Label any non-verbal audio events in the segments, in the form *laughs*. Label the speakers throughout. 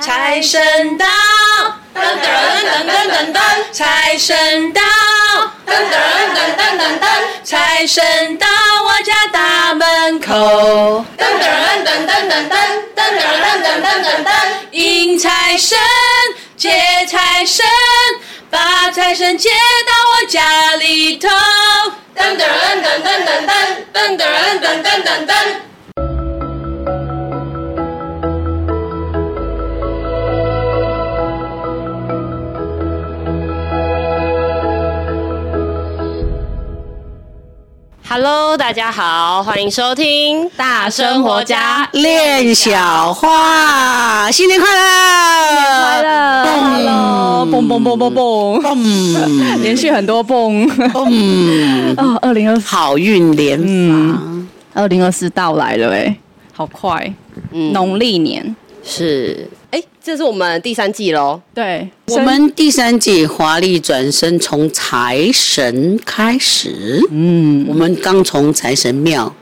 Speaker 1: 财神到，噔噔噔噔噔噔，财神到，噔噔噔噔噔噔，财神到我家大门口，
Speaker 2: 噔噔噔噔噔噔噔噔噔噔噔噔噔，
Speaker 1: 迎财神，接财神，把财神接到我家里头。
Speaker 2: 噔噔噔噔噔噔噔噔噔噔噔噔。
Speaker 3: Hello，大家好，欢迎收听《大生活家》
Speaker 4: 练小话，新年快乐！
Speaker 3: 快乐嗯
Speaker 5: ，Hello，蹦蹦蹦蹦蹦，
Speaker 4: 嗯
Speaker 5: 连续很多蹦。
Speaker 4: 嗯，
Speaker 5: *laughs* 哦，二零二四，
Speaker 4: 好运连发，
Speaker 5: 嗯二零二四到来了嗯哎，好快，农历年。
Speaker 3: 是，哎，这是我们第三季喽，
Speaker 5: 对，
Speaker 4: 我们第三季华丽转身，从财神开始。
Speaker 5: 嗯
Speaker 4: 我们刚从财神庙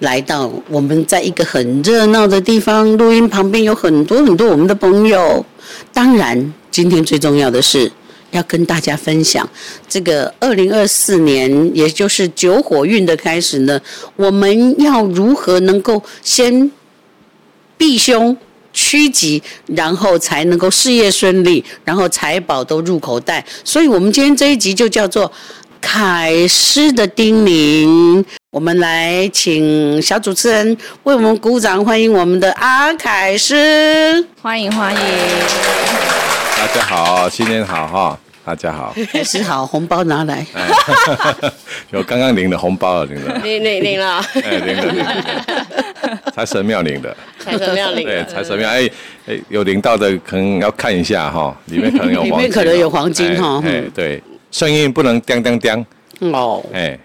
Speaker 4: 来到，我们在一个很热闹的地方录音，旁边有很多很多我们的朋友。当然，今天最重要的是要跟大家分享这个二零二四年，也就是九火运的开始呢，我们要如何能够先避凶。趋吉，然后才能够事业顺利，然后财宝都入口袋。所以，我们今天这一集就叫做凯师的叮咛。我们来请小主持人为我们鼓掌，欢迎我们的阿凯师。
Speaker 5: 欢迎欢迎，
Speaker 6: 大家好，新年好哈！大
Speaker 5: *laughs*
Speaker 6: 家好，哎
Speaker 4: 凯师好，红包拿来。
Speaker 6: 有刚刚领的红包了，啊领
Speaker 5: *laughs*
Speaker 6: 了，
Speaker 3: 领领领
Speaker 6: *laughs*
Speaker 3: 了，
Speaker 6: 哎，领了，领了，领了财神庙领的，
Speaker 3: 财神庙领啊
Speaker 6: 对，
Speaker 3: 了，
Speaker 6: 财神庙，哎哎，有领到的可能要看一下哈，里面可能有黄金哦，
Speaker 4: 里面可能有黄金哈
Speaker 6: 哎，哎
Speaker 4: 嗯
Speaker 6: 对，声音不能叮叮叮，
Speaker 4: 哦，
Speaker 6: 哎，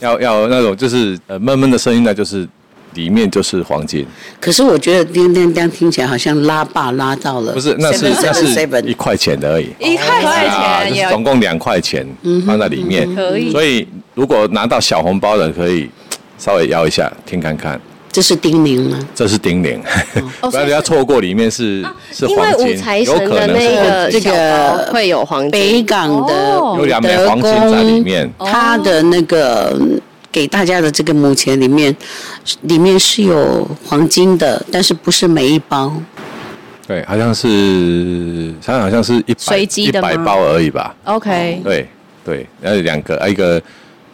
Speaker 6: 要要那种就是呃闷闷的声音呢，就是里面就是黄金，
Speaker 4: 可是我觉得叮叮当听起来好像拉霸拉到了，
Speaker 6: 不是，那是
Speaker 4: seven
Speaker 6: 那
Speaker 4: seven
Speaker 6: 是
Speaker 4: seven
Speaker 6: 一块钱的而已，
Speaker 5: 一块
Speaker 6: 啊，
Speaker 5: 钱
Speaker 6: 就
Speaker 5: 也嗯
Speaker 6: 是总共两块钱放在里面，
Speaker 5: 可
Speaker 3: 嗯
Speaker 5: 以
Speaker 6: 所以如果拿到小红包的，可以稍微摇一下，听看看，
Speaker 4: 这是叮咛吗？
Speaker 6: 这是叮咛，
Speaker 3: 哦
Speaker 6: *laughs* 不要不要错过，里面是是
Speaker 3: 啊因为
Speaker 6: 黄
Speaker 3: 五
Speaker 6: 金
Speaker 3: 财，
Speaker 6: 有
Speaker 3: 神
Speaker 6: 可
Speaker 3: 的
Speaker 6: 能是
Speaker 3: 那
Speaker 6: 黄
Speaker 3: 个
Speaker 6: 金
Speaker 4: 这
Speaker 3: 小
Speaker 4: 个
Speaker 3: 包会有黄
Speaker 4: 北
Speaker 3: 金，
Speaker 4: 港的
Speaker 5: 哦
Speaker 6: 有两枚黄金在里面，
Speaker 4: 他的那个嗯给大家的这个目前里面，里面是有黄金的，但是不是每一包。
Speaker 6: 对，好像是它好像是一百
Speaker 5: 随机
Speaker 6: 一
Speaker 5: 的吗
Speaker 6: 百包而已吧，
Speaker 3: 嗯
Speaker 5: ，OK，
Speaker 6: 对对，然后两个，啊一个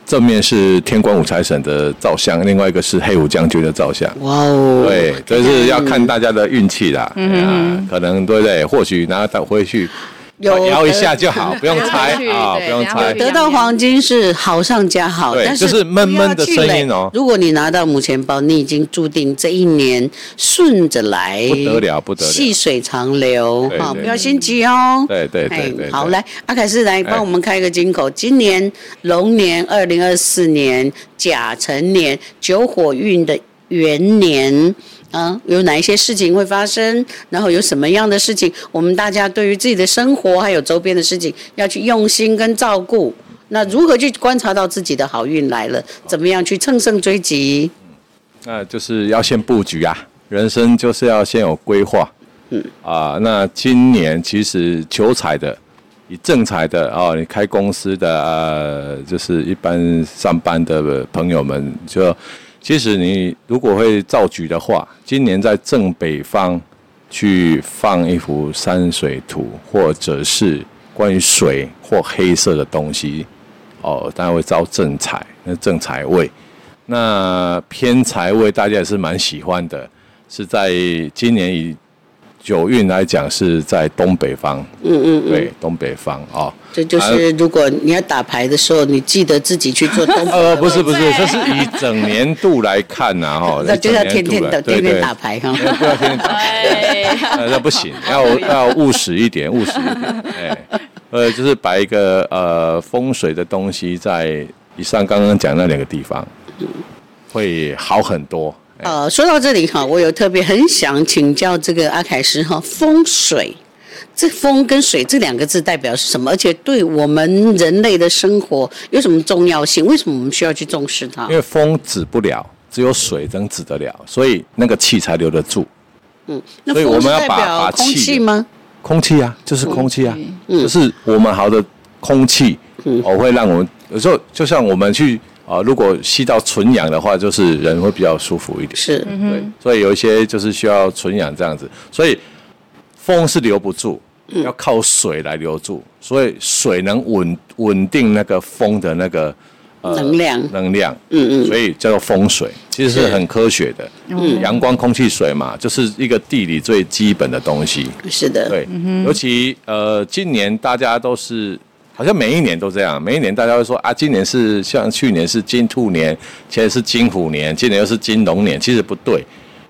Speaker 6: 正面是天官五财神的造像，另外一个是黑五将军的造像。
Speaker 4: 哇哦！
Speaker 6: 对，就是要看大家的运气啦。嗯，可能对不对？或许拿到回去
Speaker 4: 有
Speaker 6: 摇一下
Speaker 5: *laughs*
Speaker 6: 就好，不用猜
Speaker 5: 拿回去
Speaker 6: 啊，
Speaker 5: 对
Speaker 6: 不用
Speaker 5: 拿回
Speaker 6: 猜
Speaker 5: 去。
Speaker 4: 得到黄金是好上加好，
Speaker 6: 对
Speaker 4: 但
Speaker 6: 就是闷闷的
Speaker 4: 不要气馁
Speaker 6: 声音哦
Speaker 4: 如果你拿到母钱包，你已经注定这一年顺着来，
Speaker 6: 不得了不得了
Speaker 4: 细水长流
Speaker 6: 对
Speaker 4: 哈，
Speaker 6: 对
Speaker 4: 不要心急哦。
Speaker 6: 对对对
Speaker 4: 哎
Speaker 6: 对对
Speaker 4: 好，来，阿凯斯来帮我们开一个金口。今年龙年二零二四年甲辰年九火运的元年。啊，有哪一些事情会发生？然后有什么样的事情，我们大家对于自己的生活还有周边的事情要去用心跟照顾。那如何去观察到自己的好运来了？怎么样去乘胜追击？
Speaker 6: 那就是要先布局啊，人生就是要先有规划。嗯啊，那今年其实求财的。以正财的哦，你开公司的呃，就是一般上班的朋友们，就其实你如果会造局的话，今年在正北方去放一幅山水图，或者是关于水或黑色的东西，哦，当然会招正财，那正财位。那偏财位大家也是蛮喜欢的，是在今年以九运来讲是在东北方，嗯嗯对，东北方哦。
Speaker 4: 这就是如果你要打牌的时候，你记得自己去做
Speaker 6: *laughs*
Speaker 4: 东
Speaker 6: 呃，不是不是，这是以整年度来看呐、
Speaker 4: *laughs*
Speaker 6: 哈、
Speaker 4: 那
Speaker 6: 以
Speaker 4: 就
Speaker 6: 整
Speaker 4: 要
Speaker 6: 年度来
Speaker 4: 天天的
Speaker 6: 对
Speaker 4: 天天
Speaker 6: 对
Speaker 4: 打牌哈。
Speaker 6: 哎不要天天打
Speaker 5: 哎
Speaker 6: 牌，呃那不行，要要务实一点，务实一点，哎，呃，就是摆一个呃风水的东西在以上刚刚讲那两个地方，会好很多。哎
Speaker 4: 呃，说到这里哈，我有特别很想请教这个阿凯师哈，风水，这风跟水这两个字代表是什么？而且对我们人类的生活有什么重要性？为什么我们需要去重视它
Speaker 6: 因？为风止不了，只有水能止得了，所以那个气才留得住。
Speaker 4: 嗯，那
Speaker 6: 所以我
Speaker 4: 风是
Speaker 6: 们要
Speaker 4: 代
Speaker 6: 把
Speaker 4: 表
Speaker 6: 把
Speaker 4: 空
Speaker 6: 气
Speaker 4: 气吗？
Speaker 6: 空气啊，就是空气啊，
Speaker 4: 嗯
Speaker 6: 就是我们好的空气，哦，会让我们有时候就像我们去啊、呃如果吸到纯氧的话，就是人会比较舒服一点。
Speaker 4: 是，
Speaker 6: 对，所以有一些就是需要纯氧这样子，所以风是留不住，
Speaker 4: 嗯
Speaker 6: 要靠水来留住，所以水能稳稳定那个风的那个、呃
Speaker 4: 能量
Speaker 6: 能量，
Speaker 4: 嗯
Speaker 6: 所
Speaker 4: 嗯，
Speaker 6: 以叫做风水，其实是
Speaker 4: 是嗯
Speaker 6: 很科学的。阳光、空气、水嘛，就是一个地理最基本的东西。
Speaker 4: 是的，嗯
Speaker 6: 对，尤其呃，今年大家都是好像每一年都这样，每一年大家会说啊，今年是像去年是金兔年，前年是金虎年，今年又是金龙年，其实不对。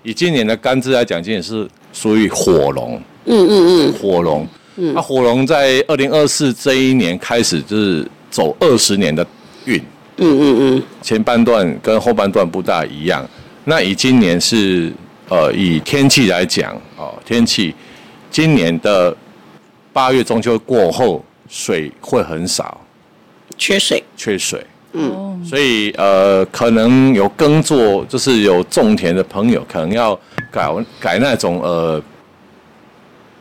Speaker 6: 以今年的干支来讲，今年是属于火龙，
Speaker 4: 嗯嗯嗯，
Speaker 6: 火龙。那、火龙在二零二四这一年开始就是走二十年的运，
Speaker 4: 嗯嗯
Speaker 6: 前半段跟后半段不大一样。那以今年是呃，以天气来讲哦，天气今年的八月中秋过后，水会很少，
Speaker 4: 嗯，缺水，
Speaker 6: 缺水。嗯，所以呃，可能有耕作，就是有种田的朋友，可能要改改那种呃，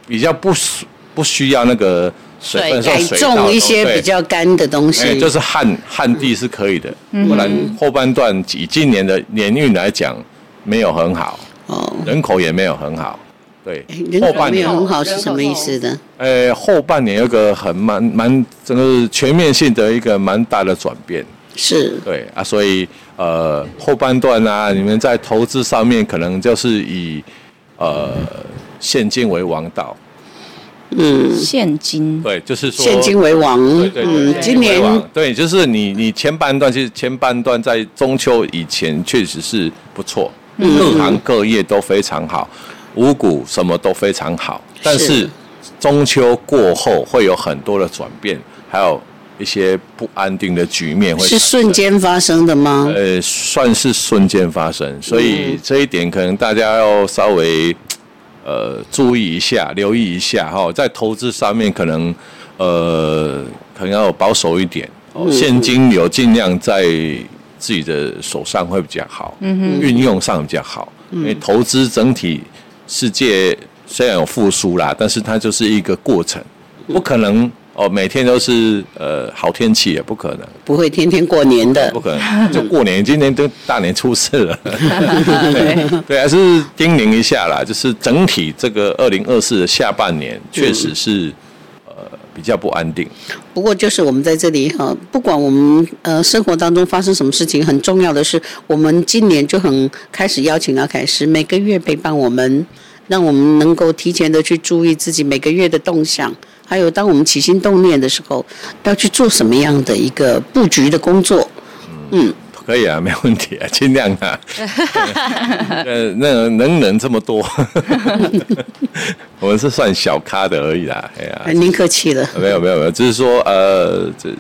Speaker 6: 比较不需不需要那个水
Speaker 3: 水
Speaker 6: 分，像
Speaker 4: 改
Speaker 6: 水稻
Speaker 4: 种一些
Speaker 6: 对
Speaker 4: 比较干的东
Speaker 6: 哎、
Speaker 4: 西，
Speaker 6: 就是旱旱地是可以的，
Speaker 4: 嗯
Speaker 6: 不然后半段以今年的年运来讲，没有很好，
Speaker 4: 哦，
Speaker 6: 人口也没有很好，对
Speaker 4: 哎，人
Speaker 6: 后
Speaker 4: 口
Speaker 6: 半
Speaker 4: 没
Speaker 6: 年
Speaker 4: 有，很好是什么意思呢？
Speaker 6: 呃，后半年有一个很蛮蛮，整个全面性的一个蛮大的转变，
Speaker 4: 是，
Speaker 6: 对啊，所以呃后半段啊，你们在投资上面可能就是以呃现金为王道，
Speaker 4: 嗯，
Speaker 5: 现金
Speaker 6: 对，就是说
Speaker 4: 现金为王，
Speaker 6: 对对对
Speaker 4: 嗯，
Speaker 6: 对
Speaker 4: 今
Speaker 6: 为王
Speaker 4: 年
Speaker 6: 对，就是你你前半段，其实前半段在中秋以前确实是不错，各行各业都非常好，五谷什么都非常好，但是
Speaker 4: 是
Speaker 6: 中秋过后会有很多的转变，还有一些不安定的局面会
Speaker 4: 是
Speaker 6: 产生
Speaker 4: 瞬。间发生的吗？
Speaker 6: 呃，算是瞬间发生，所以这一点可能大家要稍微呃注意一下，留意一下哈，在投资上面可能呃可能要保守一点，哦、现金流尽量在自己的手上会比较好，嗯、运用上比较好，因为投资整体世界虽然有复苏啦，但是它就是一个过程，不可能。哦，每天都是呃好天气也不可能，
Speaker 4: 不会天天过年的
Speaker 6: 不，可能，就过年，今年都大年初四了，对对，还是叮咛一下啦，就是整体这个二零二四的下半年确实是、呃比较不安定，
Speaker 4: 不过就是我们在这里哈，不管我们呃生活当中发生什么事情，很重要的是，我们今年就很开始邀请阿凯师每个月陪伴我们，让我们能够提前的去注意自己每个月的动向，还有当我们起心动念的时候，要去做什么样的一个布局的工作。
Speaker 6: 可以啊，没问题啊，尽量啊，呃，那能忍这么多， *laughs* 我们是算小咖的而已啦，哎呀、
Speaker 4: 呃您客气了，
Speaker 6: 没有没有没有，只是说呃，这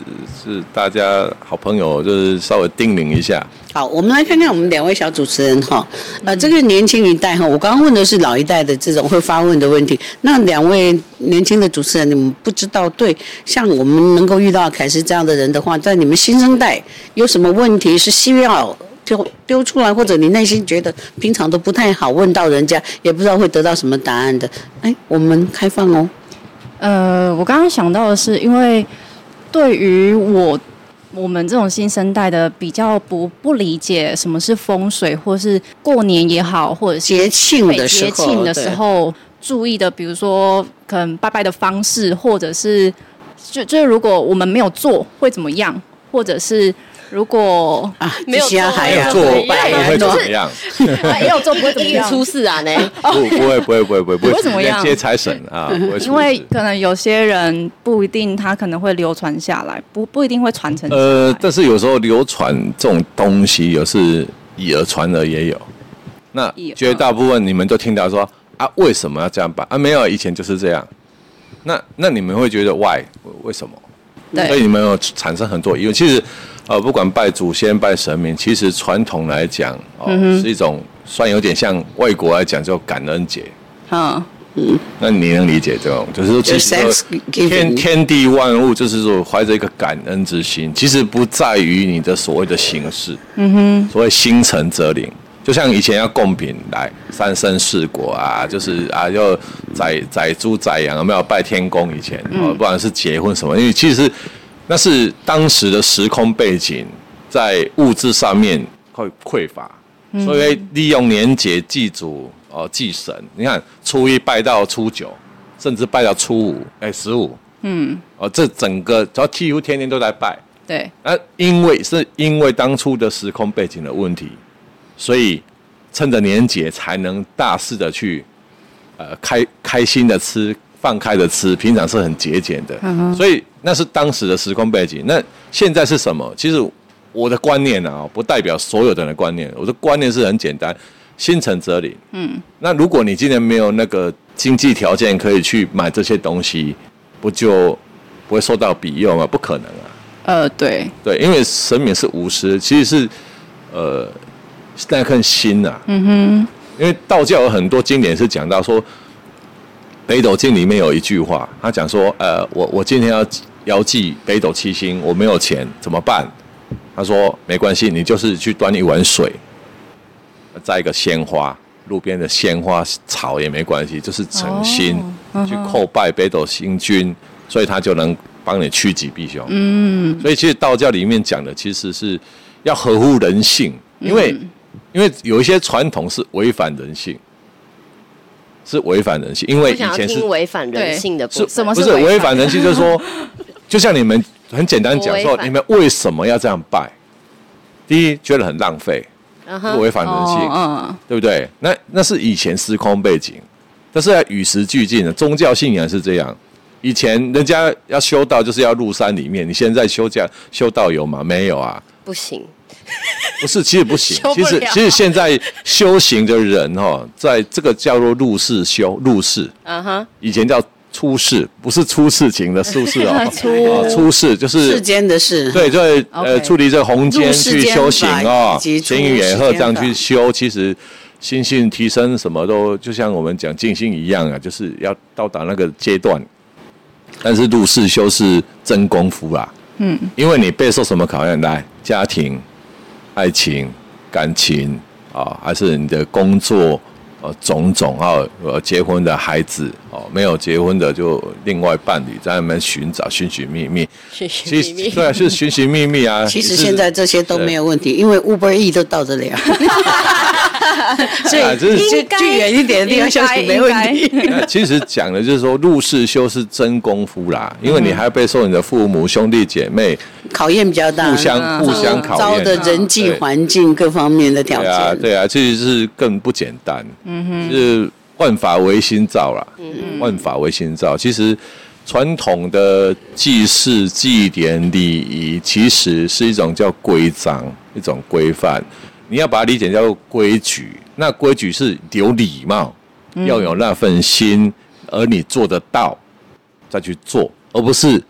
Speaker 6: 是大家好朋友，就是稍微叮咛一下，
Speaker 4: 好，我们来看看我们两位小主持人哈，呃，这个年轻一代哈，我刚刚问的是老一代的这种会发问的问题。那两位年轻的主持人，你们不知道对，像我们能够遇到凯斯这样的人的话，在你们新生代有什么问题是需要丢丢出来，或者你内心觉得平常都不太好问到人家，也不知道会得到什么答案的，哎，我们开放哦。
Speaker 5: 呃，我刚刚想到的是，因为对于我我们这种新生代的比较不不理解什么是风水，或是过年也好，或者是
Speaker 4: 节庆
Speaker 5: 对
Speaker 4: 的
Speaker 5: 节
Speaker 4: 时候，
Speaker 5: 庆的时候注意的，比如说可能拜拜的方式，或者是就就是如果我们没有做会怎么样，或者是如 *laughs* 果
Speaker 4: 对啊，
Speaker 2: 没有
Speaker 4: 这些
Speaker 2: 做
Speaker 4: 还
Speaker 2: 没有
Speaker 4: 要
Speaker 6: 做
Speaker 2: 做
Speaker 4: 拜
Speaker 2: 没
Speaker 6: 会
Speaker 4: 啊
Speaker 6: 怎
Speaker 4: 都
Speaker 6: 么样？
Speaker 5: 没有哎做不会怎么
Speaker 2: 一月
Speaker 5: 样，
Speaker 2: 初四啊呢，
Speaker 6: *laughs* 不不会不会不会不会不
Speaker 5: 为什么呀
Speaker 6: 接财神
Speaker 5: *laughs*
Speaker 6: 啊，不会出事
Speaker 5: 因为可能有些人不一定他可能会流传下来，不不一定会传承下来。
Speaker 6: 呃，但是有时候流传这种东西，有是以讹传讹也有。那
Speaker 5: 以讹
Speaker 6: 绝大部分你们都听到说啊，为什么要这样办啊？没有，以前就是这样。那那你们会觉得 why 为什么？
Speaker 5: 对
Speaker 6: 所以你们有产生很多疑问。其实，呃，不管拜祖先、拜神明，其实传统来讲，哦，
Speaker 5: 嗯
Speaker 6: 是一种算有点像外国来讲叫感恩节。
Speaker 5: 嗯，
Speaker 6: 那你能理解这种，就是说，其实说
Speaker 4: Thanksgiving
Speaker 6: 天天地万物，就是说怀着一个感恩之心，其实不在于你的所谓的形式，嗯哼，所谓心诚则灵，就像以前要贡品来三生四果啊，就是啊要宰宰猪宰羊，有没有拜天公？以前哦，不管是结婚什么，因为其实那是当时的时空背景，在物质上面会匮乏，所以利用年节祭祖哦祭神。你看初一拜到初九，甚至拜到初五，哎十五，
Speaker 5: 嗯，
Speaker 6: 哦这整个只要几乎天天都在拜。
Speaker 5: 对，
Speaker 6: 那啊因为是因为当初的时空背景的问题，所以趁着年节才能大肆的去，呃，开开心的吃，放开的吃，平常是很节俭的，所以那是当时的时空背景。那现在是什么？其实我的观念啊，不代表所有的人的观念，我的观念是很简单，心诚则灵。嗯，那如果你今年没有那个经济条件可以去买这些东西，不就不会受到庇佑吗？不可能啊。
Speaker 5: 呃，对，
Speaker 6: 对，因为神明是无私，其实是呃是那颗心呐、嗯哼，因为道教有很多经典是讲到说，《北斗经》里面有一句话，他讲说，呃，我我今天要要祭北斗七星，我没有钱怎么办？他说没关系，你就是去端一碗水，摘一个鲜花，路边的鲜花草也没关系，就是诚心、
Speaker 3: 哦嗯
Speaker 6: 去叩拜北斗星君，所以他就能帮你趋吉避凶。
Speaker 3: 嗯
Speaker 6: 所以其实道教里面讲的其实是要合乎人性，因为、
Speaker 3: 嗯
Speaker 6: 因为有一些传统是违反人性，是违反人性，因为
Speaker 3: 我
Speaker 6: 以
Speaker 3: 想要
Speaker 6: 前是
Speaker 3: 听违反人性的部分。
Speaker 6: 是
Speaker 5: 什么
Speaker 6: 不
Speaker 5: 是
Speaker 6: 是
Speaker 5: 违
Speaker 6: 违
Speaker 5: 反
Speaker 6: 反人性？就是
Speaker 5: *laughs*
Speaker 6: 说，就像你们很简单讲
Speaker 3: 违
Speaker 6: 说，
Speaker 3: 反
Speaker 6: 你们为什么要这样拜？第一，觉得很浪费，
Speaker 3: 嗯
Speaker 6: 是
Speaker 3: 哼
Speaker 6: 违反人性。
Speaker 5: 哦，
Speaker 6: 对不对？那那是以前时空背景，但是要与时俱进的。宗教信仰是这样，以前人家要修道就是要入山里面，你现在修教修道有吗？没有啊，
Speaker 3: 不行，
Speaker 6: 不是，其实不
Speaker 5: *laughs*
Speaker 6: 行
Speaker 3: 修。不
Speaker 6: 其
Speaker 3: 了
Speaker 6: 实其实现在修行的人哈、哦，在这个叫做入世修入世，
Speaker 3: 嗯哼，
Speaker 6: 以前叫出世，不是出事情的出世
Speaker 4: *laughs*
Speaker 6: 哦，
Speaker 5: 出
Speaker 6: 哦出世就是
Speaker 4: 世间的事，
Speaker 6: 对，就是呃
Speaker 5: OK
Speaker 6: 处理这个红间
Speaker 4: 入世
Speaker 6: 去
Speaker 4: 间
Speaker 6: 修行
Speaker 4: 法
Speaker 6: 哦
Speaker 4: 以，及
Speaker 6: 行
Speaker 4: 出世
Speaker 6: 云野鹤
Speaker 4: 间
Speaker 6: 这样
Speaker 4: 法
Speaker 6: 去修，其实心性提升什么都就像我们讲静心一样啊，就是要到达那个阶段。但是入世修是真功夫啦，嗯，因为你备受什么考验？来，家庭、爱情、感情啊，还是你的工作呃种种啊，呃结婚的孩子哦，没有结婚的就另外伴侣在那边寻找寻寻觅觅，
Speaker 3: 寻寻
Speaker 6: 其
Speaker 3: 觅
Speaker 6: 实
Speaker 3: 觅。
Speaker 6: 对啊，是寻寻觅觅
Speaker 4: *laughs*
Speaker 6: 啊。
Speaker 4: 其实
Speaker 6: 是
Speaker 4: 现在这些都没有问题，因为 Uber E 都到得了， *laughs* 所
Speaker 6: 啊
Speaker 4: 以
Speaker 6: 这是
Speaker 4: 去去远一点的地方休息没问题。
Speaker 6: 那啊其实讲的就是说，入世修是真功夫啦，因为你还备受你的父母、兄弟姐妹
Speaker 4: 考验比较大，
Speaker 6: 互相互相考
Speaker 4: 遭
Speaker 6: 验
Speaker 4: 的
Speaker 6: 啊。
Speaker 4: 人际
Speaker 6: 对
Speaker 4: 环境各方面的条
Speaker 6: 对啊，
Speaker 4: 件。
Speaker 6: 对啊，其实是更不简单。嗯哼，是万法唯心造啦。嗯万法唯心造。其实传统的祭祀、祭典、礼仪，其实是一种叫规章，一种规范。你要把它理解叫做规矩。那规矩是有礼貌，要有那份心，而你做得到，再去做，而不是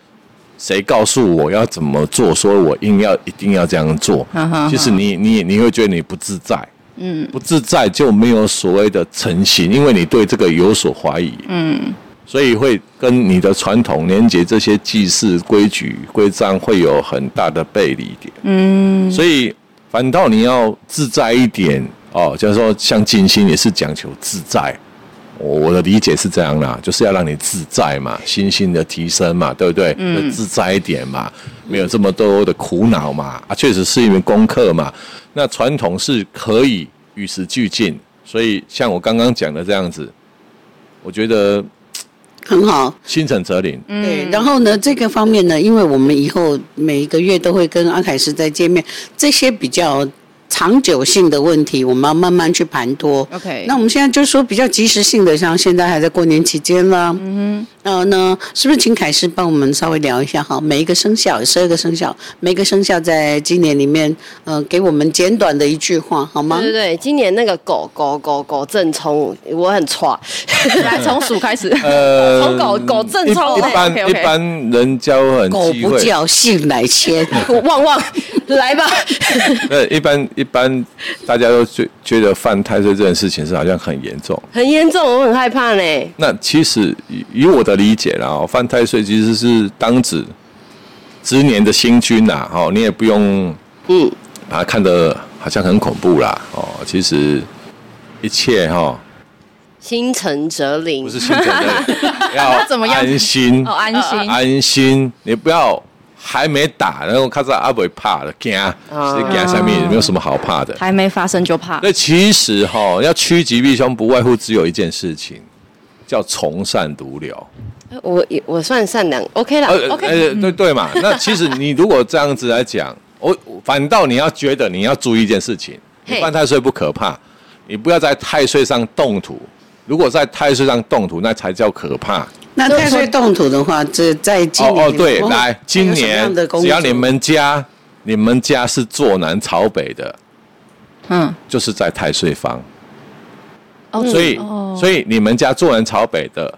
Speaker 6: 谁告诉我要怎么做，所以我硬要一定要这样做
Speaker 5: 哈哈哈。
Speaker 6: 其实你你你会觉得你不自在，嗯，不自在就没有所谓的成型，因为你对这个有所怀疑，嗯，所以会跟你的传统连接这些祭祀规矩规章会有很大的背离点，嗯，所以反倒你要自在一点哦，就是说像静心也是讲求自在。我我的理解是这样啦，就是要让你自在嘛，心性的提升嘛，对不对？嗯，自在一点嘛，没有这么多的苦恼嘛，啊，确实是一门功课嘛。那传统是可以与时俱进，所以像我刚刚讲的这样子，我觉得
Speaker 4: 很好。
Speaker 6: 心诚则灵。嗯，
Speaker 4: 对，然后呢，这个方面呢，因为我们以后每一个月都会跟阿凯师在见面，这些比较长久性的问题，我们要慢慢去盘多。
Speaker 5: OK
Speaker 4: 那我们现在就说比较及时性的，像现在还在过年期间啦。嗯哼。然后呢，是不是请凯师帮我们稍微聊一下哈？每一个生肖，十二个生肖，每一个生肖在今年里面，呃，给我们简短的一句话好吗
Speaker 3: 对？对对，今年那个狗狗狗狗正冲，我很错。
Speaker 5: 来从数开始， *laughs*
Speaker 6: 呃
Speaker 5: 从狗狗正
Speaker 6: 一
Speaker 5: 冲
Speaker 6: 一
Speaker 5: 哎
Speaker 6: 般
Speaker 5: OK，OK
Speaker 6: 一般人家会很
Speaker 4: 狗
Speaker 6: 忌
Speaker 4: 不
Speaker 6: 讳，
Speaker 4: 叫，性乃迁。*laughs*
Speaker 3: 旺旺，来吧，
Speaker 6: 对，一般一般大家都觉觉得犯太岁这件事情是好像很严重。
Speaker 3: 很严重，我很害怕呢。
Speaker 6: 那其实以以我的理解啦，哦犯太岁其实是当指值年的星君呐、哦，你也不用
Speaker 3: 嗯，
Speaker 6: 把它看得好像很恐怖啦哦，其实一切哈、
Speaker 3: 心诚则灵
Speaker 6: 不是心
Speaker 5: *laughs*
Speaker 6: 诚的，要
Speaker 5: 怎么样
Speaker 6: 安心
Speaker 5: 哦，安
Speaker 4: 呃
Speaker 5: 心，
Speaker 4: 啊
Speaker 6: 安心，你不要还没打，然后看到阿伟怕了，惊，是惊下面没有什么好怕的。
Speaker 5: 啊还没发生就怕，
Speaker 6: 那其实哈、要趋吉避凶，不外乎只有一件事情，叫从善如流。
Speaker 3: 我也我算善良，OK 啦
Speaker 6: 呃
Speaker 3: ，OK，嗯
Speaker 6: 呃，对对嘛。那其实你如果这样子来讲，我我反倒你要觉得你要注意一件事情，
Speaker 3: 嘿
Speaker 6: 你犯太岁不可怕，你不要在太岁上动土。如果在太岁上动土，那才叫可怕。
Speaker 4: 那太岁动土的话，这在今年
Speaker 6: 哦哦，对，
Speaker 4: 哦
Speaker 6: 来，
Speaker 4: 还
Speaker 6: 今
Speaker 4: 有什么
Speaker 6: 年
Speaker 4: 样的工
Speaker 6: 只要
Speaker 4: 作
Speaker 6: 你们家你们家是坐南朝北的，
Speaker 5: 嗯，
Speaker 6: 就是在太岁方，
Speaker 5: 哦
Speaker 6: 所以、
Speaker 5: 哦
Speaker 6: 所以你们家坐南朝北的，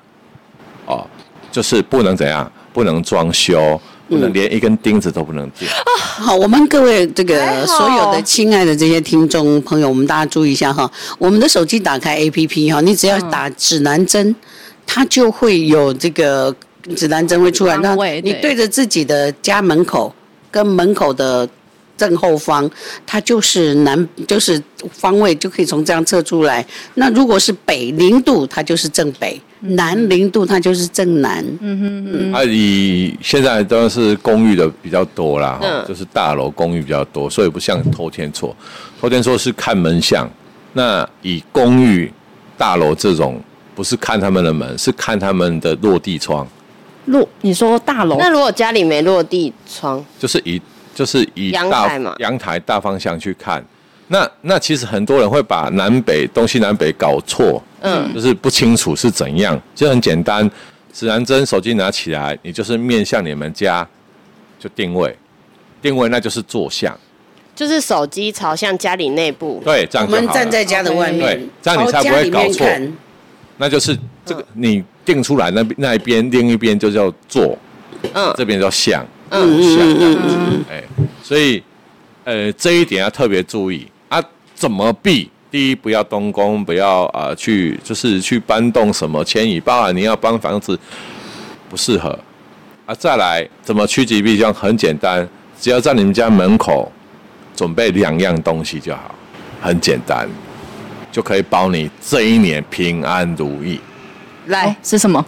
Speaker 6: 哦，就是不能怎样，不能装修，不
Speaker 4: 嗯
Speaker 6: 能连一根钉子都不能钉。
Speaker 4: 好，我们各位这个所有的亲爱的这些听众朋友，我们大家注意一下哈，我们的手机打开 APP 哈，你只要打指南针，它就会有这个指南针会出来，那
Speaker 5: 方位
Speaker 4: 你
Speaker 5: 对
Speaker 4: 对着自己的家门口跟门口的。正后方，它就是南，就是方位，就可以从这样测出来。那如果是北零度，它就是正北；南零度，它就是正南。
Speaker 6: 啊，以现在都是公寓的比较多啦，哈
Speaker 3: 嗯
Speaker 6: 就是大楼公寓比较多，所以不像偷天错，偷天错是看门相。那以公寓、大楼这种，不是看他们的门，是看他们的落地窗，
Speaker 5: 路你说大楼
Speaker 3: 那如果家里没落地窗，
Speaker 6: 就是以就是以
Speaker 3: 阳
Speaker 6: 大
Speaker 3: 台嘛
Speaker 6: 阳台大方向去看。那那其实很多人会把南北东西南北搞错，嗯，就是不清楚是怎样，就很简单，指南针手机拿起来，你就是面向你们家就定位，定位那就是坐向，
Speaker 3: 就是手机朝向家里内部，
Speaker 6: 对，这样
Speaker 4: 我
Speaker 6: 就好
Speaker 4: 们
Speaker 6: 了
Speaker 4: 站在家的外面
Speaker 6: 对，这样你才不会搞错
Speaker 4: 朝家里面看
Speaker 6: 那
Speaker 3: 嗯
Speaker 6: 就是这个你定出来那边那一边，另一边就叫坐，
Speaker 3: 嗯
Speaker 6: 这边叫向，
Speaker 3: 嗯
Speaker 6: 向这样子，哎，所以呃这一点要特别注意啊，怎么避？第一，不要动工，不要啊、呃去就是去搬动什么迁移，包含你要搬房子不适合啊。再来，怎么趋吉避凶？很简单，只要在你们家门口准备两样东西就好，很简单，就可以保你这一年平安如意。
Speaker 5: 来、哦是什么？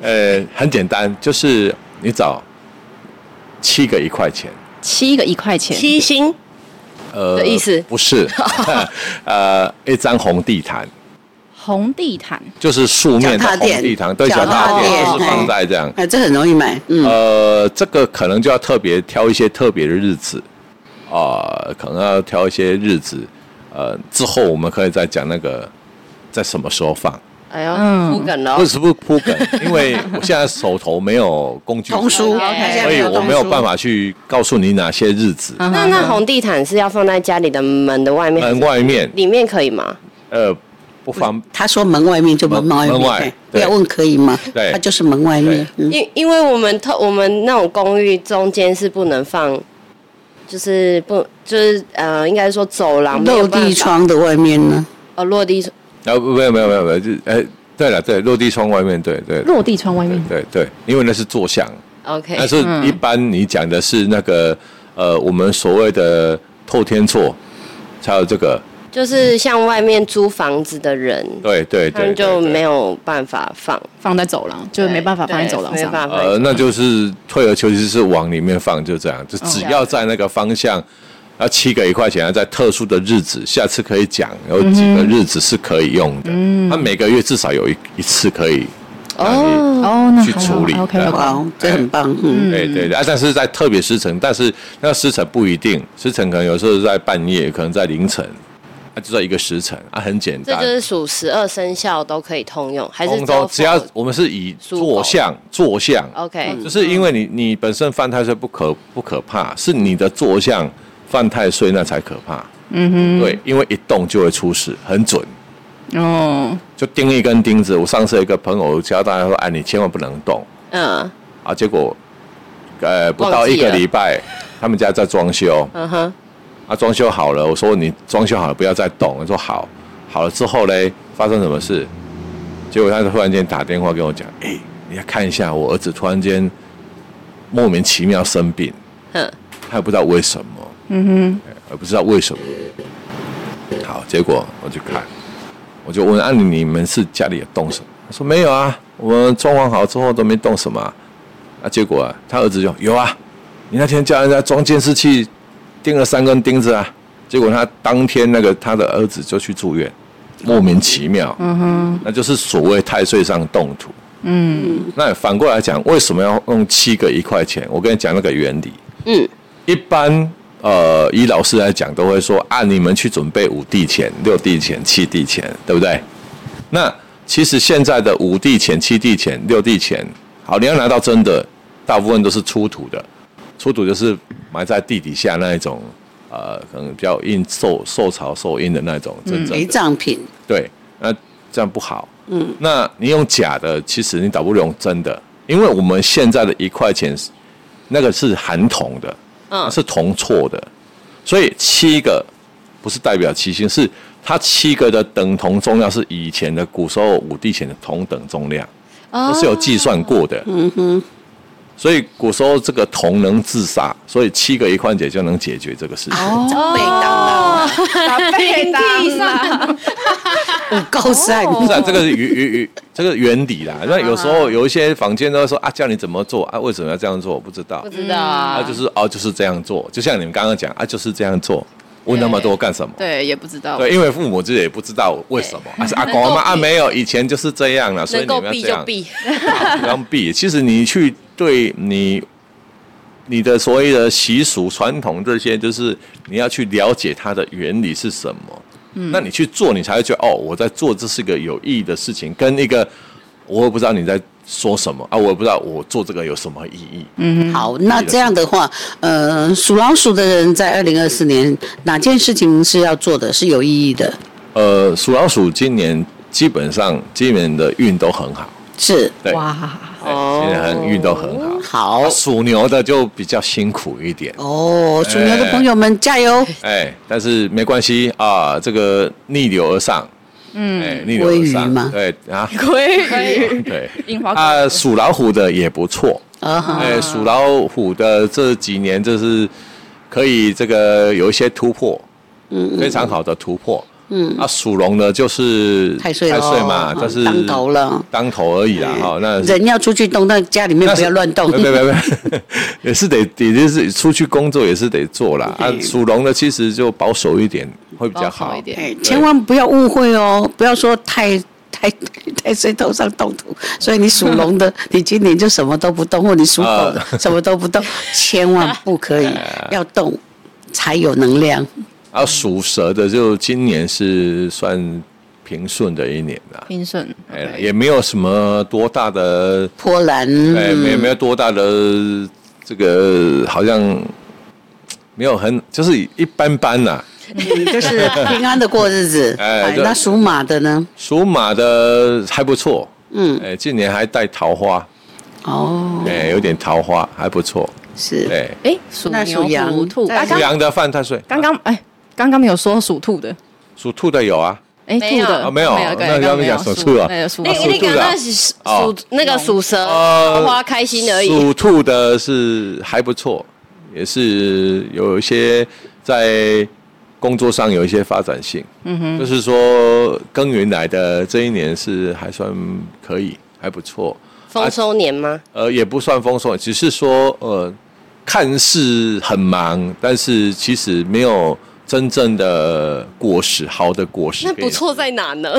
Speaker 6: 呃，很简单，就是你找七个一块钱，
Speaker 5: 七个一块钱，
Speaker 3: 七星
Speaker 6: 呃，
Speaker 3: 的意思
Speaker 6: 不
Speaker 4: *laughs*
Speaker 6: 是，呃，一张红地毯，
Speaker 5: 红地毯，
Speaker 6: 就是素面的
Speaker 4: 脚踏
Speaker 6: 红
Speaker 4: 垫
Speaker 6: 地毯，对，
Speaker 4: 脚
Speaker 6: 脚
Speaker 4: 踏
Speaker 6: 踏
Speaker 4: 垫
Speaker 6: 垫就是
Speaker 4: 哎
Speaker 6: 放在这样。
Speaker 4: 哎，这很容易买，嗯。
Speaker 6: 呃，这个可能就要特别挑一些特别的日子，啊、可能要挑一些日子，呃，之后我们可以再讲那个在什么时候放，
Speaker 3: 哎呦，
Speaker 5: 嗯
Speaker 3: 不梗了
Speaker 6: 不，是不是铺梗，因为我现在手头没有工具，
Speaker 4: 童书，
Speaker 3: OK
Speaker 4: 他现在
Speaker 6: 所以我没有办
Speaker 4: 法。
Speaker 6: 法去告诉你哪些日
Speaker 4: 嗯
Speaker 6: 子。
Speaker 3: 那那红地毯是要放在家里的门的外面，
Speaker 6: 门呃外面，
Speaker 3: 里面可以吗？
Speaker 6: 呃，不方
Speaker 4: 他说门外面就门外面，
Speaker 6: 门外
Speaker 4: 对不
Speaker 6: 对
Speaker 4: 要问可以吗？
Speaker 6: 对
Speaker 4: 他就是门外面。嗯
Speaker 3: 因因为我们特我们那种公寓中间是不能放，就是不就是呃，应该说走廊没有
Speaker 4: 落
Speaker 3: 办法
Speaker 4: 地窗的外面呢？
Speaker 3: 哦，落地窗
Speaker 6: 啊，不没有没有没有没有，就哎，对了对，落地窗外面，对对
Speaker 5: 落地窗外面，嗯
Speaker 6: 对对，因为那是坐向，
Speaker 3: ，OK，
Speaker 6: 但是一般你讲的是那个呃，我们所谓的透天错，才有这个，
Speaker 3: 就是像外面租房子的人，
Speaker 6: 对对
Speaker 3: 他
Speaker 6: 对，
Speaker 3: 们就
Speaker 6: 对对
Speaker 3: 没有办法放，
Speaker 5: 放在走廊，就没办法放在
Speaker 3: 对
Speaker 5: 走廊
Speaker 3: 没
Speaker 5: 上。
Speaker 3: 办法放在
Speaker 6: 呃，那就是退而求其次往里面放，就这样，
Speaker 5: 哦
Speaker 6: 就只要在那个方向，要七个一块钱，要在特殊的日子，下次可以讲有几
Speaker 5: 嗯
Speaker 6: 个日子是可以用的，它每个月至少有一一次可以让你
Speaker 5: 哦，那
Speaker 6: 去处理
Speaker 5: OK
Speaker 6: 对
Speaker 5: OK，
Speaker 4: 哇，这很棒。嗯，
Speaker 6: 对对对啊，但是在特别时辰，但是那个时辰不一定，时辰可能有时候在半夜，可能在凌晨，啊，就在一个时辰啊，很简
Speaker 3: 这
Speaker 6: 单
Speaker 3: 就，是属十二生肖都可以通用，还是
Speaker 6: 通通只要
Speaker 3: 否
Speaker 6: 我们是以
Speaker 3: 属狗
Speaker 6: 坐相坐相，
Speaker 3: OK，
Speaker 6: 就是因为你你本身犯太岁不可不可怕，是你的坐相犯太岁那才可怕，嗯哼，对，因为一动就会出事，很准。
Speaker 5: 哦，
Speaker 6: 就钉一根钉子，我上次有一个朋友教大家说，哎，你千万不能动，
Speaker 3: 嗯
Speaker 6: 啊，结果呃不
Speaker 3: 忘
Speaker 6: 到
Speaker 3: 记
Speaker 6: 一个
Speaker 3: 了
Speaker 6: 礼拜，他们家在装修，
Speaker 3: 嗯哼，
Speaker 6: 啊装修好了，我说你装修好了不要再动，他说好，好了之后嘞发生什么事？结果他突然间打电话跟我讲，哎、你要看一下我儿子突然间莫名其妙生病，
Speaker 3: 嗯
Speaker 6: 他也不知道为什么，嗯哼，我也不知道为什么。好，结果我去看，我就问：“啊，你你们是家里有动什么？”他说：“没有啊，我们装潢好之后都没动什么啊。”啊，结果、啊、他儿子就有啊，你那天叫人家装监视器，钉了三根钉子啊。结果他当天那个他的儿子就去住院，莫名其妙。嗯哼，那就是所谓太岁上动土。嗯，那反过来讲，为什么要用七个一块钱？我跟你讲那个原理。
Speaker 3: 嗯，
Speaker 6: 一般呃，以老师来讲，都会说啊，你们去准备五帝钱、六帝钱、七帝钱，对不对？那其实现在的五帝钱、七帝钱、六帝钱，好，你要拿到真的，大部分都是出土的，出土就是埋在地底下那一种，呃，可能比较硬受受潮受阴的那种，真正
Speaker 4: 陪
Speaker 6: 的、
Speaker 4: 葬品，
Speaker 6: 对，那这样不好。嗯，那你用假的，其实你倒不如用真的，因为我们现在的一块钱是那个是含铜的，
Speaker 3: 嗯
Speaker 6: 是铜错的，所以七个不是代表七星，是它七个的等同重量是以前的古时候五帝钱的同等重量，都是有计算过的。哦嗯哼，所以古时候这个铜能自杀，所以七个一块钱就能解决这个事情。
Speaker 3: 哦
Speaker 4: 被当劳
Speaker 2: 把被地
Speaker 3: *laughs*
Speaker 2: 上，
Speaker 4: 五高山，
Speaker 3: 哦
Speaker 6: 是啊，这个是原原原这个原理啦。那有时候有一些坊间都会说啊，叫你怎么做啊，为什么要这样做？不知道
Speaker 3: 不。知道啊，
Speaker 6: 啊，就是哦，就是这样做，就像你们刚刚讲啊，就是这样做，问那么多干什么？
Speaker 5: 对，也不知道。
Speaker 6: 对，因为父母自己也不知道为什么，还是阿公阿妈啊，没有，以前就是这样了，所以
Speaker 2: 能够
Speaker 6: 你们
Speaker 2: 避
Speaker 6: 要这
Speaker 2: 就
Speaker 6: 样，
Speaker 2: 避，
Speaker 6: 啊 *laughs* 不让避。其实你去对你你的所谓的习俗、传统这些，就是你要去了解它的原理是什么。嗯，那你去做，你才会觉得哦，我在做这是个有意义的事情，跟一个我也不知道你在说什么啊，我也不知道我做这个有什么意义。
Speaker 4: 好，那这样的话，呃，属老鼠的人在二零二四年哪件事情是要做的，是有意义的？
Speaker 6: 呃，属老鼠今年基本上今年的运都很好，
Speaker 4: 是
Speaker 6: 对，
Speaker 5: 哇，
Speaker 6: 对今年很运都很哦好。
Speaker 4: 好
Speaker 6: 属牛的就比较辛苦一点，
Speaker 4: 哦，属牛的朋友们加油！
Speaker 6: 哎，但是没关系啊，这个逆流而上，嗯，哎，逆流而
Speaker 4: 鲑鱼
Speaker 6: 上，
Speaker 4: 吗
Speaker 6: 对啊， *laughs*
Speaker 5: 鲑鱼、
Speaker 6: 对，
Speaker 5: 樱花
Speaker 6: 啊，属老虎的也不错，
Speaker 4: 啊哈，
Speaker 6: 哎，属老虎的这几年就是可以这个有一些突破，嗯，非常好的突破，嗯，啊，属龙的就是
Speaker 4: 太岁
Speaker 6: 太
Speaker 4: 了，
Speaker 6: 岁嘛
Speaker 4: 哦，
Speaker 6: 但是
Speaker 4: 当头了。
Speaker 6: 当头而已啦，哈，那
Speaker 4: 人要出去动，但家里面
Speaker 6: 那
Speaker 4: 不
Speaker 6: 是呃
Speaker 4: 要乱动。
Speaker 6: 别别别，别 *laughs* 也是得，也就是出去工作也是得做啦。啊，属龙的其实就保守一点会比较好
Speaker 5: 一。点。
Speaker 4: 哎，千万不要误会哦，不要说太 *laughs* 太太岁头上动土，所以你属龙
Speaker 6: *laughs*
Speaker 4: 的，你今年就什么都不动，或你属狗的、
Speaker 6: 啊
Speaker 4: 什么都不动，千万不
Speaker 6: *laughs*
Speaker 4: 可以，
Speaker 6: 哎
Speaker 4: 要动才有能量。
Speaker 6: 啊，属蛇的就今年是算平顺的一年啦，
Speaker 5: 平顺，
Speaker 6: 哎，
Speaker 5: OK
Speaker 6: 也没有什么多大的，
Speaker 4: 波兰，
Speaker 6: 哎，没
Speaker 4: 嗯
Speaker 6: 没有多大的这个好像没有很就是一般般啦。
Speaker 4: 嗯就是平安的过日子。
Speaker 6: *laughs* 哎
Speaker 4: 哎，
Speaker 6: 对
Speaker 4: 那属马的呢？
Speaker 6: 属马的还不错，
Speaker 4: 嗯，
Speaker 6: 哎，今年还带桃花，
Speaker 4: 哦，
Speaker 6: 哎，有点桃花还不错，
Speaker 4: 是
Speaker 6: 哎。
Speaker 5: 哎，属
Speaker 4: 那属
Speaker 5: 牛、
Speaker 4: 羊
Speaker 5: 虎、兔，
Speaker 4: 再来
Speaker 5: 啊
Speaker 6: 属
Speaker 5: 刚
Speaker 6: 羊的犯太岁，
Speaker 5: 刚刚哎，刚刚没有说属兔的，
Speaker 6: 属兔的有啊，
Speaker 5: 哎，
Speaker 2: 没
Speaker 5: 兔
Speaker 2: 有
Speaker 5: 的
Speaker 6: 啊没有
Speaker 5: 对
Speaker 6: 那
Speaker 5: 刚刚
Speaker 6: 要不
Speaker 5: 没有
Speaker 6: 讲属兔啊
Speaker 5: 那个属
Speaker 2: 那
Speaker 6: 属
Speaker 2: 那
Speaker 6: 兔
Speaker 2: 个
Speaker 6: 的啊
Speaker 2: 那是属
Speaker 6: 哦
Speaker 3: 那个属蛇，
Speaker 6: 呃
Speaker 3: 桃花开心而已。
Speaker 6: 属兔的是还不错，也是有一些在工作上有一些发展性。嗯哼，就是说耕耘来的这一年是还算可以，还不错。
Speaker 3: 丰收年吗？
Speaker 6: 呃，也不算丰收，只是说呃，看似很忙，但是其实没有真正的果实，好的果实
Speaker 3: 那
Speaker 6: 给你
Speaker 3: 不错在哪呢？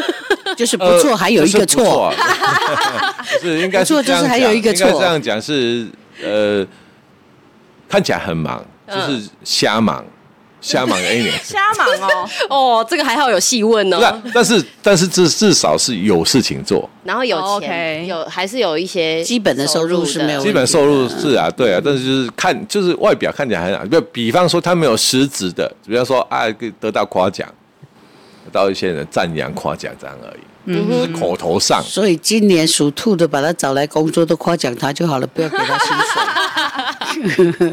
Speaker 3: *laughs*
Speaker 4: 就是不
Speaker 6: 呃
Speaker 4: 错，还有一个
Speaker 6: 就是不
Speaker 4: 错，
Speaker 6: 错，不 *laughs* 是应该
Speaker 4: 不错
Speaker 6: 这样
Speaker 4: 就是还
Speaker 6: 讲
Speaker 4: 有一个
Speaker 6: 应该
Speaker 4: 错
Speaker 6: 这样讲是呃，看起来很忙，
Speaker 4: 嗯
Speaker 6: 就是
Speaker 4: *laughs*
Speaker 6: 瞎忙，瞎忙的一年。
Speaker 2: 瞎忙哦，
Speaker 3: 哦，这个还好有细问
Speaker 6: 不是啊
Speaker 3: 哦。，
Speaker 6: 但是但是至至少是有事情做，
Speaker 3: 然后有
Speaker 5: 哦
Speaker 3: 钱，
Speaker 5: ，OK
Speaker 3: 有还是有一些
Speaker 4: 基本的收入是没有问
Speaker 6: 基
Speaker 4: 题的嗯
Speaker 6: 本收入是啊，对啊，但是就是看就是外表看起来很好，就比方说他没有实质的，比方说啊得到夸奖，得到一些人赞扬夸奖这样而已，
Speaker 4: 嗯
Speaker 6: 就是口头上。
Speaker 4: 所以今年属兔的把他找来工作，都夸奖他就好了，不要给他薪水。
Speaker 6: *laughs*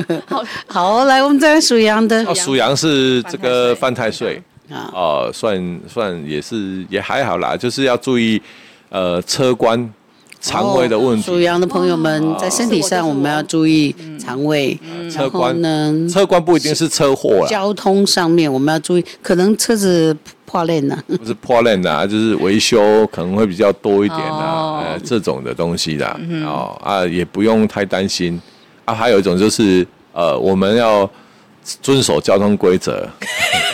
Speaker 4: 好，来，我们再来属羊的
Speaker 6: 哦，属羊是这个犯太岁。
Speaker 4: 啊，
Speaker 6: 哦，算算也是也还好啦，就是要注意，呃，车关肠胃的问
Speaker 4: 属
Speaker 6: 题。
Speaker 4: 羊的朋友们在身体上我们要注意肠胃，
Speaker 6: 嗯车
Speaker 4: 然后
Speaker 6: 关
Speaker 4: 呢，
Speaker 6: 车关不一定是车祸啦，
Speaker 4: 交通上面我们要注意，可能车子破链
Speaker 6: *laughs*
Speaker 4: 了，
Speaker 6: 不是破烂啦，就是维修可能会比较多一点啦
Speaker 5: 哦，
Speaker 6: 呃，这种的东西啦，哦啊，也不用太担心啊。还有一种就是呃，我们要遵守交通规则，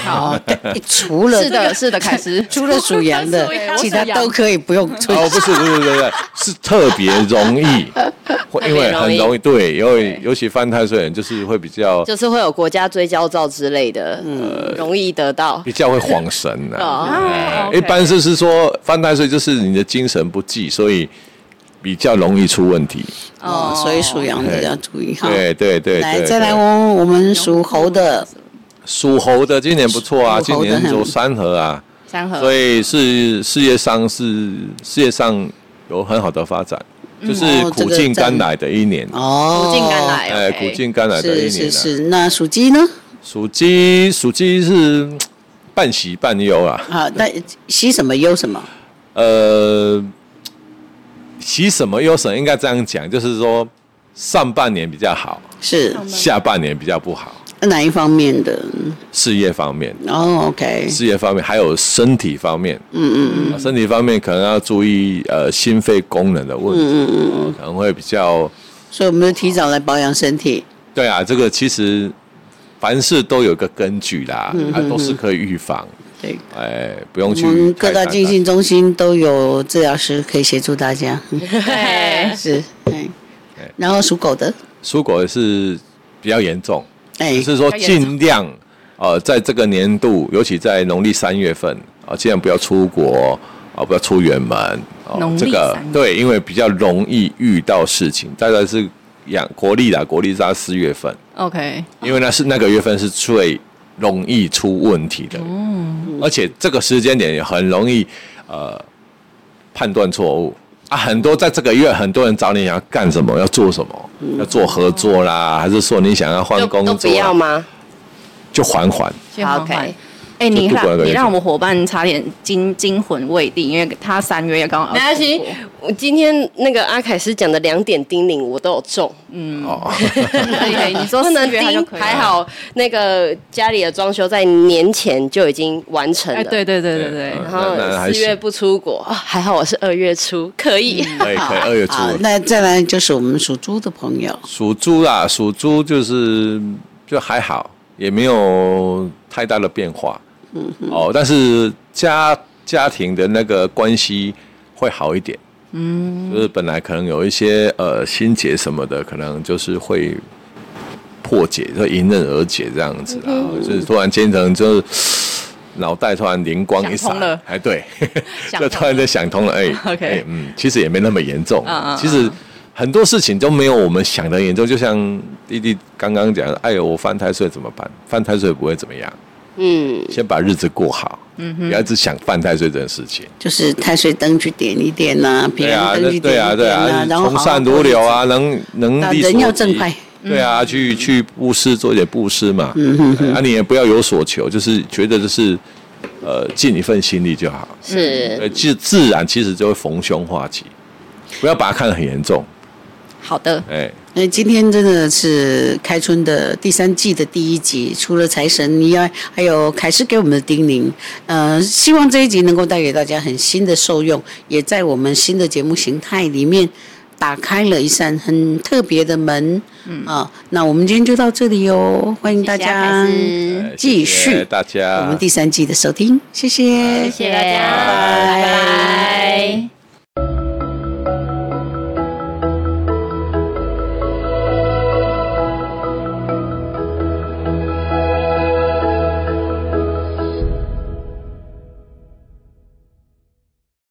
Speaker 4: 好，对除了
Speaker 5: 是的，是的， *laughs* 凯斯
Speaker 4: 除了属羊的
Speaker 5: 除了，
Speaker 4: 其他
Speaker 5: 属羊
Speaker 4: 都可以不用注意。
Speaker 6: *laughs* 哦，不是不是不是，不是是特别容易，会因为很容易对，因为尤其犯太岁人就是会比较
Speaker 3: 就是会有国家追焦照之类的，嗯，容易得到
Speaker 6: 比较会晃神
Speaker 3: 哦
Speaker 6: 啊。 *laughs* 哎一般就是说犯太岁就是你的精神不济，所以比较容易出问题。
Speaker 4: 哦，所以属羊的要注意哈。
Speaker 6: 对对对，
Speaker 4: 来，
Speaker 6: 对
Speaker 4: 再来
Speaker 6: 对
Speaker 4: 哦，我们属猴的，
Speaker 6: 属猴的今年不错啊，
Speaker 4: 属
Speaker 6: 今
Speaker 4: 猴的
Speaker 6: 年
Speaker 4: 很
Speaker 6: 走三合啊，
Speaker 5: 三合，
Speaker 6: 所以是事业上是事业上有很好的发展，就是
Speaker 4: 哦这
Speaker 6: 苦
Speaker 4: 个
Speaker 6: 尽甘
Speaker 4: 真
Speaker 6: 来的一年。
Speaker 4: 哦，
Speaker 3: 苦尽甘来
Speaker 6: 哎，
Speaker 3: OK
Speaker 6: 苦尽甘来的一
Speaker 4: 是
Speaker 6: 年
Speaker 4: 是
Speaker 6: 啊。
Speaker 4: 是，那属鸡呢？
Speaker 6: 属鸡，属鸡是嗯半喜半忧啊。
Speaker 4: 好，那喜什么忧什么？
Speaker 6: 呃，喜什么忧什么，应该这样讲，就是说上半年比较好，
Speaker 4: 是
Speaker 6: 下半年比较不好。
Speaker 4: 哪一方面的？
Speaker 6: 事业方面，
Speaker 4: 哦，OK，
Speaker 6: 事业方面，还有身体方面，
Speaker 4: 嗯嗯
Speaker 6: 啊身体方面可能要注意呃心肺功能的问题，哦
Speaker 4: 嗯嗯嗯，
Speaker 6: 可能会比较。
Speaker 4: 所以我们就提早来保养身体。
Speaker 6: 对啊，这个其实凡事都有个根据啦，
Speaker 4: 嗯
Speaker 6: 啊，都是可以预防，
Speaker 4: 对，
Speaker 6: 哎，不用
Speaker 4: 我
Speaker 6: 去
Speaker 4: 们嗯各
Speaker 6: 太
Speaker 4: 大
Speaker 6: 担
Speaker 4: 健
Speaker 6: 心
Speaker 4: 信中心都有治疗师可以协助大家。嗯
Speaker 5: 对，
Speaker 4: 是，哎，然后属狗的，
Speaker 6: 蔬果是比较严重，
Speaker 4: 哎
Speaker 6: 只，是说尽量呃，在这个年度，尤其在农历三月份啊、呃，尽量不要出国啊、不要出远门哦、
Speaker 5: 农历
Speaker 6: 这个
Speaker 5: 三月
Speaker 6: 对，因为比较容易遇到事情。大概是养国历啦，国历在四月份，
Speaker 5: OK，
Speaker 6: 因为那是那个月份是最容易出问题的，而且这个时间点也很容易呃判断错误啊，很多在这个月很多人找你想要干什么，要做什么，要做合作啦，还是说你想要换
Speaker 3: 就
Speaker 6: 工
Speaker 3: 都不
Speaker 6: 作
Speaker 3: 要
Speaker 6: 啊，
Speaker 3: 吗？
Speaker 6: 就缓缓。
Speaker 5: 先缓缓
Speaker 3: OK。
Speaker 5: 哎、你
Speaker 6: 就度过那
Speaker 5: 让
Speaker 6: 个
Speaker 5: 你
Speaker 6: 月
Speaker 5: 让
Speaker 6: 份
Speaker 5: 我们伙伴差点惊惊魂未定，因为他三月刚 *laughs* 好
Speaker 3: 没关系，我今天那个阿凯斯讲的两点叮咛我都有中，
Speaker 6: 哦，
Speaker 3: 嗯
Speaker 5: 可以可以，你说嗯
Speaker 3: 不
Speaker 5: 四
Speaker 3: 能
Speaker 5: 月他就
Speaker 3: 叮
Speaker 5: 可以，
Speaker 3: 还，好那个家里的装修在年前就已经完成
Speaker 5: 哎、
Speaker 3: 了。
Speaker 5: 对对对对对，
Speaker 6: 嗯
Speaker 3: 然后
Speaker 6: 那那还
Speaker 3: 四月
Speaker 6: 行
Speaker 3: 不出国，啊还好我是二月初，可以。
Speaker 6: 可以可以，二月初
Speaker 4: 好，啊那再来就是我们属猪的朋友，
Speaker 6: 属猪啦，属猪就是就还好，也没有太大的变化。嗯哦，但是家家庭的那个关系会好一点。嗯，就是本来可能有一些呃心结什么的，可能就是会破解，就迎刃而解这样子啦。
Speaker 5: 嗯
Speaker 6: 就是突然间可能就是脑袋突然灵光一
Speaker 5: 想
Speaker 6: 闪
Speaker 5: 通了，
Speaker 6: 哎，对，
Speaker 5: *laughs*
Speaker 6: *laughs*
Speaker 5: 想
Speaker 6: 就
Speaker 5: 通
Speaker 6: 突然就想
Speaker 5: *laughs*
Speaker 6: 通了，哎
Speaker 5: OK
Speaker 6: 哎嗯，其实也没那么严重。
Speaker 5: 嗯嗯
Speaker 6: 其实很多事情都没有我们想的严重。就像弟弟刚刚讲的，哎呦，我犯太岁怎么办？犯太岁不会怎么样，
Speaker 3: 嗯，
Speaker 6: 先把日子过好，
Speaker 4: 嗯
Speaker 6: 不要一直想犯太岁这件事情。
Speaker 4: 就是太岁灯去点一点呐，平
Speaker 6: 对啊
Speaker 4: 安，灯
Speaker 6: 那
Speaker 4: 去
Speaker 6: 对
Speaker 4: 点
Speaker 6: 啊，
Speaker 4: 一
Speaker 6: 对
Speaker 4: 点
Speaker 6: 啊
Speaker 4: 呐，，然后
Speaker 6: 从
Speaker 4: 好好
Speaker 6: 善如流啊，能能
Speaker 4: 啊
Speaker 6: 力
Speaker 4: 人
Speaker 6: 所
Speaker 4: 要
Speaker 6: 及
Speaker 4: 正嗯派。
Speaker 6: 对啊，去去布施做一点布施嘛，
Speaker 4: 嗯
Speaker 6: 哎啊，你也不要有所求，就是觉得就是呃尽一份心力就好。
Speaker 3: 是
Speaker 6: 呃，自自然其实就会逢凶化吉，不要把它看得很严重。
Speaker 5: 好的，
Speaker 6: 哎，
Speaker 4: 呃，今天真的是开春的第三季的第一集，除了财神以外，还有凯师给我们的叮咛。呃，希望这一集能够带给大家很新的受用，也在我们新的节目形态里面打开了一扇很特别的门。嗯啊，那我们今天就到这里哦，欢迎大家
Speaker 6: 呃
Speaker 4: 继
Speaker 6: 谢谢
Speaker 4: 续
Speaker 6: 大家，
Speaker 4: 我们第三季的收听，谢谢，
Speaker 3: 谢谢大家，
Speaker 6: 拜
Speaker 4: 拜
Speaker 3: 拜拜